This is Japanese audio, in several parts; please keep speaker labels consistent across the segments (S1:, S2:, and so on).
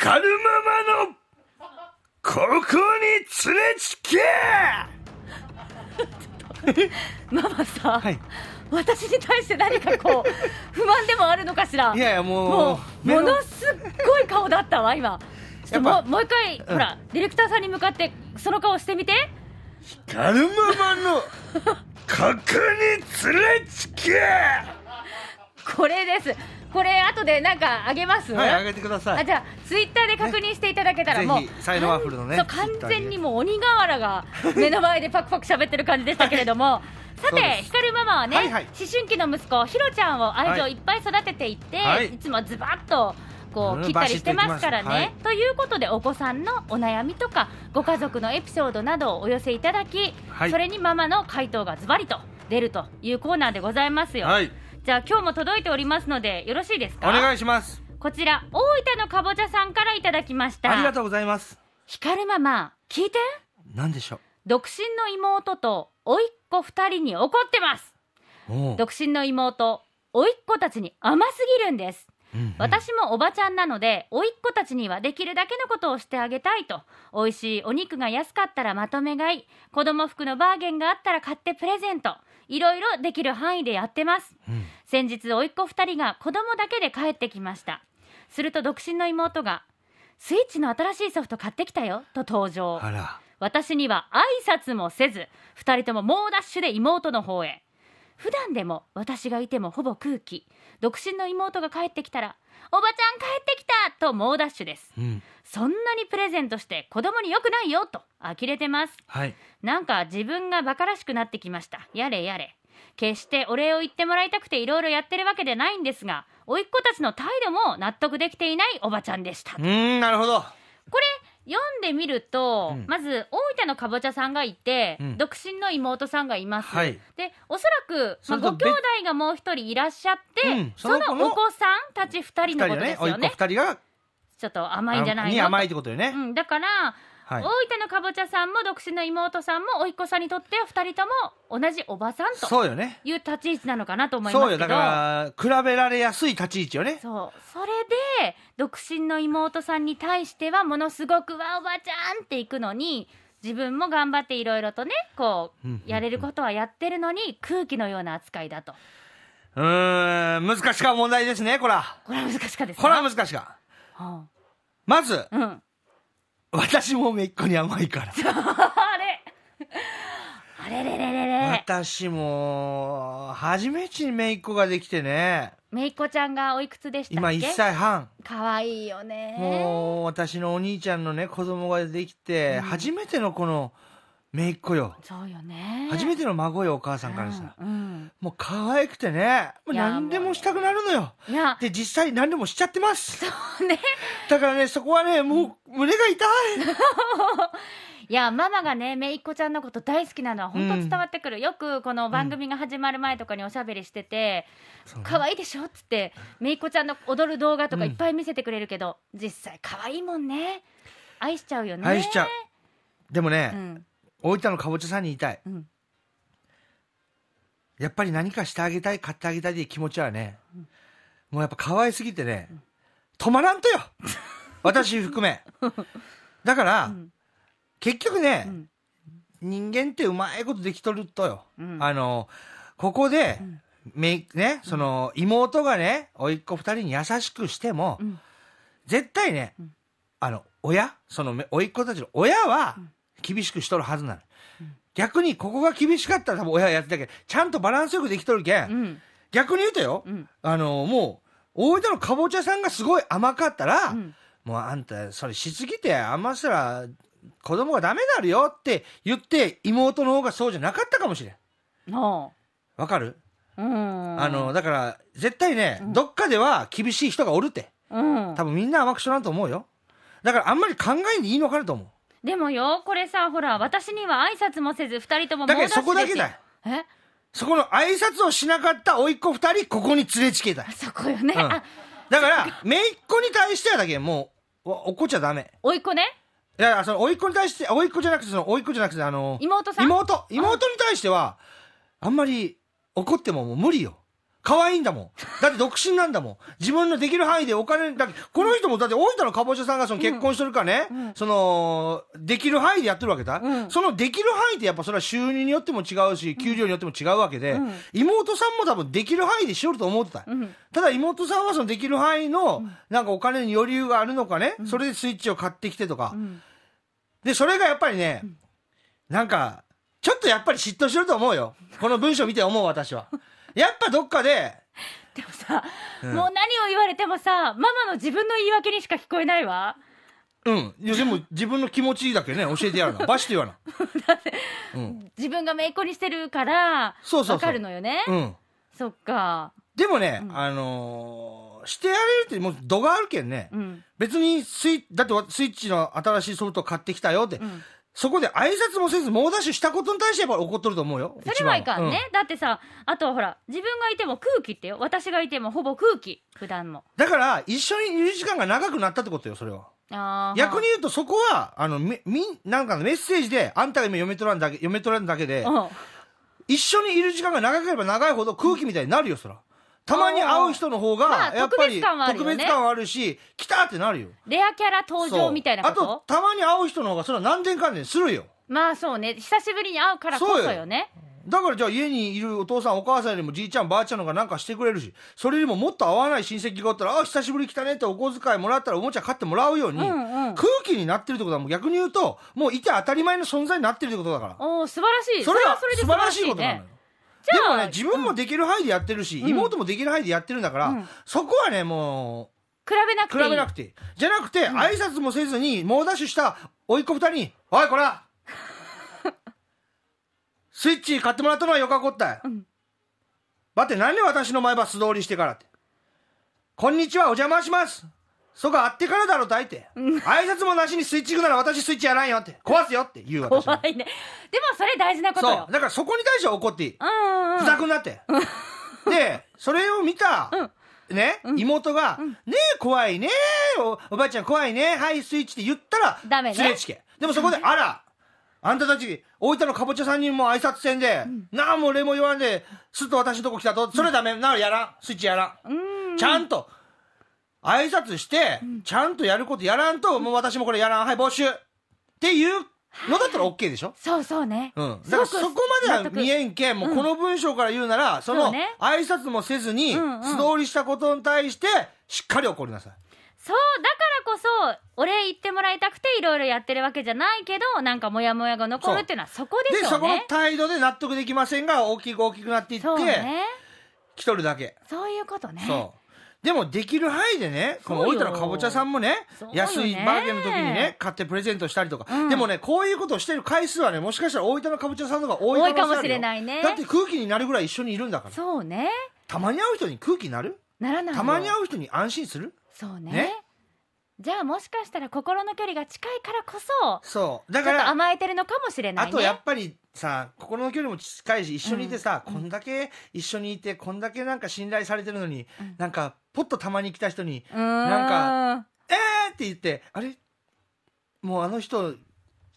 S1: カルママのここに連れちけ
S2: ママさん、
S1: はい
S2: 私に対して何かこ う不満でもあるのかしら
S1: いやいやも
S2: も
S1: う
S2: う
S1: 目
S2: も
S1: の
S2: のすっごい顔だったわ今ちょっと
S1: や
S2: も
S1: っぱ
S2: うもう一回、ほらディレクターさんに向かってその顔してみて
S1: カルママ のここに連れちけ
S2: これですこれ後でなんかあげます、
S1: はいあげてくださ
S2: あ
S1: い
S2: じゃあツイッターで確認していただけたら
S1: ね
S2: もう
S1: ぜひサイドワッフルのね
S2: そう完全にもう鬼瓦 が目の前でパクパク喋ってる感じでしたけれどもさ
S1: そうで
S2: て
S1: す
S2: 光ママはね、
S1: はいはい
S2: 思春期の息子ひろちゃんを愛情
S1: はい
S2: いっぱい育てていって、
S1: はい
S2: い、つもズバッとこ
S1: うん
S2: う切ったりしてますからね、
S1: バシッといき
S2: ということでお子さんのお悩みとかご家族のエピソードなどをお寄せいただき、
S1: はい
S2: それにママの回答がズバリと出るというコーナーでございますよ、
S1: はい
S2: じゃあ今日も届いておりますのでよろしいです
S1: お
S2: か
S1: 願いします
S2: こちら大分のかぼちゃさんからいただきました
S1: ありがとうございます
S2: 光ママ聞いて
S1: なんでしょ
S2: 独身の妹と甥っ子二人に怒ってます
S1: うおう
S2: 独身の妹甥っ子たちに甘すぎるんです
S1: うんうん
S2: 私もおばちゃんなので甥っ子たちにはできるだけのことをしてあげたいと美味しいお肉が安かったらまとめ買い子供服のバーゲンがあったら買ってプレゼントいろいろできる範囲でやってます
S1: うん
S2: 先日甥っ子2人が子供だけで帰ってきましたすると独身の妹が「スイッチの新しいソフト買ってきたよ」と登場
S1: あら
S2: 私には挨拶もせず2人とも猛ダッシュで妹の方へ普段でも私がいてもほぼ空気独身の妹が帰ってきたら「おばちゃん帰ってきた!」と猛ダッシュです
S1: うん
S2: そんなにプレゼントして子供に良くないよと呆れてます
S1: はい
S2: なんか自分がバカらしくなってきましたやれやれ決してお礼を言ってもらいたくていろいろやってるわけでないんですが甥っ子たちの態度も納得できていないおばちゃんでした
S1: うーんなるほど
S2: 読んでみると、
S1: うん
S2: まず大分のかぼちゃさんがいて、
S1: うん
S2: 独身の妹さんがいます、
S1: はい
S2: でおそらく、まあ、
S1: それと
S2: ご兄弟がもう一人いらっしゃって、
S1: うんそ
S2: そ
S1: の
S2: の
S1: 子の
S2: お子さんたち二人
S1: 二
S2: の
S1: 人だ
S2: ことで
S1: ね
S2: す
S1: おい
S2: よ
S1: っ
S2: ね
S1: 子二人が
S2: ちょっと甘いんじゃない
S1: に
S2: の
S1: 甘いってことよね
S2: うん、だから、
S1: はい
S2: 大分のかぼちゃさんも独身の妹さんも甥っ子さんにとっては二人とも同じおばさんと
S1: そうよね
S2: いう立ち位置なのかなと思います
S1: そう
S2: け
S1: よだ
S2: ど
S1: から比べられやすい立ち位置よね
S2: そうそれで独身の妹さんに対してはものすごく「わおばちゃん!」っていくのに自分も頑張っていろいろとねこう、
S1: うんうんうん
S2: やれることはやってるのに空気のような扱いだと
S1: うーん難しか問題ですねこら
S2: これは難しかったです
S1: これは
S2: 難
S1: 難しか
S2: うん
S1: まず
S2: うん
S1: 私もめっ子に甘いから
S2: あれあれれれれれ
S1: 私も初めてにめいっ子ができてね
S2: めいっ子ちゃんがおいくつでしたっ
S1: 今
S2: け
S1: 1歳半
S2: かわいいよね
S1: もう私のお兄ちゃんのね子供ができて、
S2: うん
S1: 初めてのこのめいっ子よ
S2: そうよね
S1: 初めての孫よお母さんからしたら、
S2: うんうん
S1: もう可愛くてねもう
S2: いや
S1: 何でもしたくなるのよ
S2: いや
S1: で実際何でもしちゃってます
S2: ね
S1: だからねそこはねもう胸が痛い
S2: いやママがねめいっ子ちゃんのこと大好きなのは本当
S1: うん
S2: 伝わってくる、よくこの番組が始まる前とかにおしゃべりしてて
S1: そうね
S2: 可愛、いでしょっつってめいっ子ちゃんの踊る動画とかいっぱい見せてくれるけど、実際可愛いもんね愛しちゃうよね
S1: 愛しちゃうでも
S2: う
S1: ね、
S2: ん
S1: 大分のかぼちゃさんに言いたい
S2: うん
S1: やっぱり何かしてあげたい買ってあげたいっていう気持ちはね、もうやっぱ可愛すぎてね、止まらんとよ私含めだから、
S2: うん
S1: 結局ね
S2: う、ん
S1: 人間ってうまいことできとるとよ、
S2: うん
S1: あのここで、
S2: ん
S1: めいねその妹がね甥っ子二人に優しくしても、
S2: うん
S1: 絶対ね、
S2: うん
S1: あの親そのめ甥っ子たちの親は厳しくしとるはずなの、逆にここが厳しかったら多分親はやってたけどちゃんとバランスよくできとるけん、
S2: うん
S1: 逆に言うとよ、
S2: うん
S1: あのもう大分のかぼちゃさんがすごい甘かったら、
S2: うん
S1: もうあんたそれしすぎて甘すら子供がダメになるよって言って妹の方がそうじゃなかったかもしれん
S2: おう
S1: わかる、
S2: うん
S1: あのだから絶対ね、どっかでは厳しい人がおるって
S2: うん
S1: 多分みんな甘くしとらんと思うよだからあんまり考えんでいいのかなと思
S2: でもよこれさほら私には挨拶もせず二人とも
S1: うだけど
S2: 猛ダッシュ
S1: そこだけだよ
S2: ですよえ
S1: そこの挨拶をしなかった甥っ子二人ここに連れちけたい、
S2: そこよね、
S1: うんだ
S2: あ
S1: から姪っ子に対してはだけもうお怒っちゃダメ
S2: おいっ子ね
S1: いや、その、甥っ子に対して、甥っ子じゃなくて、その、甥っ子じゃなくて、あの、
S2: 妹さん
S1: 妹、妹に対しては、あんまり怒ってももう無理よ。可愛いんだもん。だって独身なんだもん。自分のできる範囲でお金、だって、この人もだって大分のかぼちゃさんがその結婚してるからね、その、できる範囲でやってるわけだ。
S2: うん
S1: そのできる範囲ってやっぱそれは収入によっても違うし、給料によっても違うわけで、妹さんも多分できる範囲でしよると思ってた。
S2: うん
S1: ただ妹さんはそのできる範囲の、なんかお金に余裕があるのかね、それでスイッチを買ってきてとか。
S2: うん
S1: で、それがやっぱりね、なんか、ちょっとやっぱり嫉妬してると思うよ。この文章見て思う私は。やっぱどっかで、
S2: でもさ、
S1: うん
S2: もう何を言われてもさママの自分の言い訳にしか聞こえないわ
S1: うん。いや、でも自分の気持ちだけね、教えてや るな。バシッと言わな。うん。
S2: 自分が姪っ子にしてるから
S1: そうそうそう
S2: わかるのよね、
S1: うん。
S2: そっか
S1: でもね、あのーしてやれるってもう度があるけんね。
S2: うん
S1: 別にスイだってスイッチの新しいソフト買ってきたよって、
S2: ん
S1: そこで挨拶もせず猛ダッシュしたことに対してやっぱ怒っとると思うよ
S2: それはい
S1: 一番
S2: かんね、だってさあとはほら自分がいても空気ってよ私がいてもほぼ空気普段も
S1: だから一緒にいる時間が長くなったってことよそれは
S2: あー
S1: 逆に言うとそこはあのみみんなんかのメッセージであんたが今読めとらんだけ読めとらんだけで
S2: うん
S1: 一緒にいる時間が長ければ長いほど空気みたいになるよそらたまに会う人の方
S2: まあ
S1: がやっぱり
S2: 特別感はあるよね
S1: 特別感はあるし来たってなるよ
S2: レアキャラ登場みたいなこ
S1: そうあ
S2: と
S1: とたまに会う人の方がそれは何年かんねんするよ
S2: まあそうね久しぶりに会うからこそよね
S1: だからじゃあ家にいるお父さんお母さんよりもじいちゃんばあちゃんの方がなんかしてくれるしそれよりももっと会わない親戚がおったら「あ久しぶり来たね」ってお小遣いもらったらおもちゃ買ってもらうように、
S2: うんうん
S1: 空気になってるってことはもう逆に言うともういて当たり前の存在になってるってことだから
S2: おお素晴らしい
S1: それは素晴らしい
S2: ね
S1: ことなのよ。
S2: じゃあ
S1: でもね自分もできる範囲でやってるし、妹もできる範囲でやってるんだから、
S2: うん
S1: そこはねも
S2: 比べなく
S1: う比
S2: ていい
S1: べなくていいじゃなくて、挨拶もせずに猛ダッシュした甥っ子二人に「おいこ らスイッチ買ってもらったのはよかこったよ」
S2: ん
S1: 待って何で私の前歯素通りしてからって「こんにちはお邪魔します」そこあってからだろ大抵、挨拶もなしにスイッチ行くなら私スイッチやらんよって壊すよって言う 私
S2: 怖いねでもそれ大事なこと
S1: そう
S2: よ
S1: だからそこに対しては怒っていい、
S2: うんうんうん
S1: ふざくなって。で、それを見た、ね、妹が、ねえ、怖いねお、おばあちゃん怖いね、はい、スイッチって言ったら、
S2: ダメね
S1: 連れちけ。でもそこで、あら、あんたたち、大分のかぼちゃさんにも挨拶せんで、なあ、もう礼も言わんで、すっと私のとこ来たと、それダメ、ならやらん、スイッチやらん。ちゃんと、挨拶して、ちゃんとやることやらんと、もう私もこれやらん、はい、没収。っていうのだったら OK でしょ
S2: そうそうね、
S1: うん、だからそこまでは見えんけん、もうこの文章から言うなら、そ
S2: そ
S1: の
S2: うね
S1: 挨拶もせずに、
S2: うんうん
S1: 素通りしたことに対して、しっかり怒りなさい。
S2: そうだからこそお礼言ってもらいたくていろいろやってるわけじゃないけどなんかモヤモヤが残るっていうのはそこで
S1: で、
S2: しょ
S1: そうこの
S2: ね
S1: 態度で納得できませんが、大きく大きくなっていって、
S2: そうね
S1: 来とるだけ。
S2: そういうことね
S1: そう。でも、できる範囲でね、この
S2: そう
S1: 大
S2: よ
S1: 分のかぼちゃさんもね
S2: そう、よね
S1: 安いバーゲンの時にね、買ってプレゼントしたりとか、
S2: うん
S1: でもね、こういうことをしてる回数はね、もしかしたら大分のかぼちゃさんの方が多い可能性あるよ
S2: 多いかもしれないね
S1: だって空気になるぐらい一緒にいるんだから。
S2: そうね
S1: たまに会う人に空気になる
S2: ならないよ
S1: たまに会う人に安心する
S2: そうね
S1: ね
S2: じゃあもしかしたら心の距離が近いからこそ
S1: そうだ
S2: ち
S1: か
S2: ょっと
S1: ら、
S2: 甘えてるのかもしれない
S1: あ
S2: ね
S1: とやっぱりさ心の距離も近いし一緒にいてさ、こんだけ一緒にいてこんだけなんか信頼されてるのに、
S2: うん
S1: なんかポッとたまに来た人に
S2: うーん
S1: なん「えー!」って言って「あれもうあの人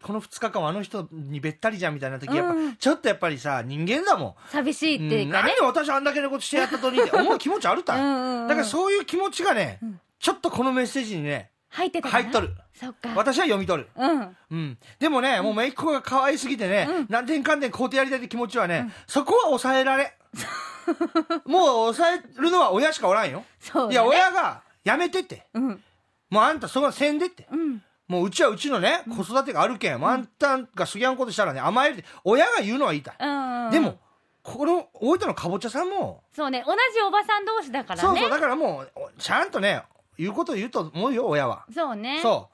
S1: この2日間はあの人にべったりじゃん」みたいな時、やっ
S2: うん
S1: ぱちょっとやっぱりさ人間だも
S2: 寂し
S1: ん、
S2: いっていううんか
S1: 何
S2: ね
S1: で私あんだけのことしてやったとに って思う気持ちあるた、
S2: うんうん
S1: だからそういう気持ちがね、
S2: ん
S1: ちょっとこのメッセージにね
S2: 入ってたかな
S1: 入っとる
S2: そっか
S1: 私は読み取る
S2: うん
S1: うん、でもね、もう姪っ子が可愛すぎてね、何点かん点買うてやりたいって気持ちはね、そこは抑えられ。 もう抑えるのは親しかおらんよ。
S2: そうだね
S1: いや、親が、やめてって。
S2: うん
S1: もうあんたそこはせんでって。
S2: うん
S1: もううちはうちのね、子育てがあるけん。もうあんたがすぎやんことしたらね、甘えるって。親が言うのはいいた。
S2: うん
S1: でも、この、大分のかぼちゃさんも、
S2: そうね同じおばさん同士だからね
S1: そうそう、だからもう、おちゃんとね、言うことを言うと思うよ、親は。
S2: そうね
S1: そ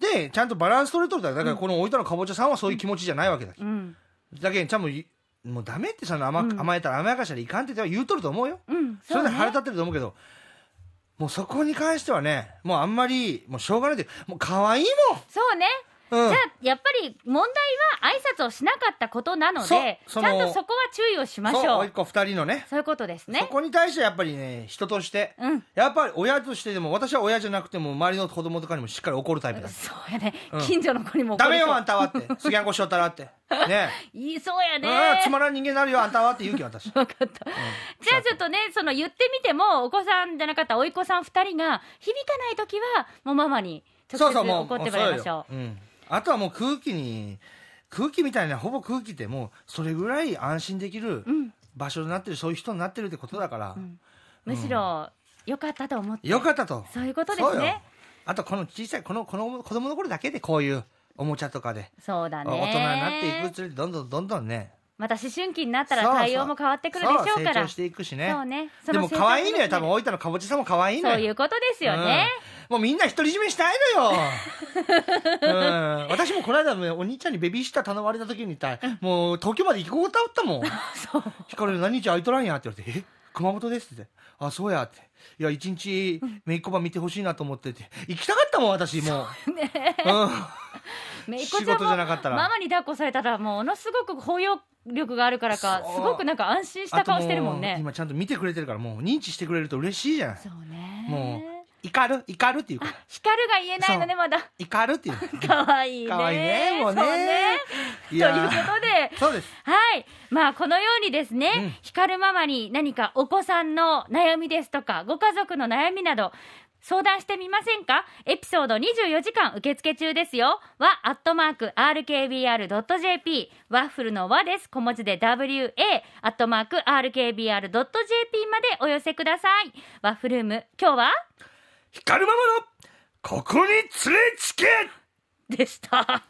S1: う。で、ちゃんとバランス取れとるだだからこの大分のかぼちゃさんはそういう気持ちじゃないわけだ。
S2: うん
S1: だけんちゃんもいもうダメってその甘,、
S2: うん
S1: 甘えたら甘やかしたらいかんって言うとると思うよ
S2: うん
S1: それで腹立ってると思うけどもうそこに関してはねもうあんまりもうしょうがないでもう可愛いもん
S2: そうね
S1: うん
S2: じゃあやっぱり問題は挨拶をしなかったことなのでち
S1: そそ
S2: ゃ
S1: の
S2: んとそこは注意をしまし
S1: そう
S2: ょ
S1: 甥っ
S2: う
S1: 子二人のね
S2: そういうことです
S1: そ
S2: ね
S1: こに対してやっぱりね人として、
S2: うん
S1: やっぱり親としてでも私は親じゃなくても周りの子供とかにもしっかり怒るタイプだ
S2: そうやね、
S1: うん
S2: 近所の子にも怒
S1: ダ
S2: る
S1: メ
S2: と
S1: よあんたはってすぎゃんこしよったらって ね
S2: 言いそうやね
S1: うんつまらん人間になるよあんたはって言うけ私、うん
S2: 分かったじゃあちょっとねその言ってみてもお子さんじゃなかった甥っ子さん2人が響かない時はもうママに直
S1: そう
S2: 接
S1: そうもう
S2: 怒ってもらいまし
S1: そう
S2: ょ
S1: ようん、あとはもう空気に空気みたいなほぼ空気ってもうそれぐらい安心できる
S2: ううん
S1: 場所になってるそういう人になってるってことだから、
S2: むしろ良かったと思って
S1: よかったと
S2: そういうことです
S1: そうよ
S2: ね
S1: あとこの小さいこのこの子供の頃だけでこういうおもちゃとかで
S2: そうだ
S1: 大
S2: ね
S1: 人になっていくにつれてどんどんどんどんね
S2: また思春期になったら
S1: そうそう
S2: 対応も変わってくるでしょうか
S1: そう成長
S2: ら
S1: していくしね
S2: そうねそ
S1: でも
S2: 成
S1: 可愛いのよ
S2: 長
S1: 多分
S2: も
S1: 大分のかぼちゃさんも可愛いの
S2: そ
S1: よ
S2: ういうことですよね
S1: うんもうみんな独り占めしたい のよ、うん、私もこの間ねお兄ちゃんにベビーシッター頼まれた時にたもう東京まで行こうと思ったもん
S2: そう
S1: 「ヒカル何日空いとらんや」って言われて「え熊本です」って「あそうや」って「いや一日めいっ子ば見てほしいなと思ってて行きたかったもん私もう う
S2: め
S1: ん、
S2: いこ
S1: 仕
S2: ちゃん
S1: 事じゃ
S2: も
S1: なかったら
S2: ママに抱っこされたらもうものすごく包容力があるからか
S1: そう
S2: すごくなんか安心し
S1: あ
S2: た
S1: と
S2: 顔してるもん
S1: う
S2: ね
S1: 今ちゃんと見てくれてるからもう認知してくれると嬉しいじゃない
S2: そうね
S1: もう怒る怒るっていうか
S2: 光が言えないのねまだ
S1: 怒るっていう
S2: 可愛いね
S1: 可愛いねもうね
S2: そうねと
S1: い
S2: いうこ
S1: や
S2: とで
S1: そうです
S2: はい。まあ、このようにですね、
S1: うん
S2: ひかるママに何かお子さんの悩みですとか、ご家族の悩みなど、相談してみませんかエピソード24時間受付中ですよ。和アットマーク RKBR.jp。ワッフルの和です。小文字で WA アットマーク RKBR.jp までお寄せください。ワッフルーム、今日は
S1: 光るままのここに連れつけ
S2: でした。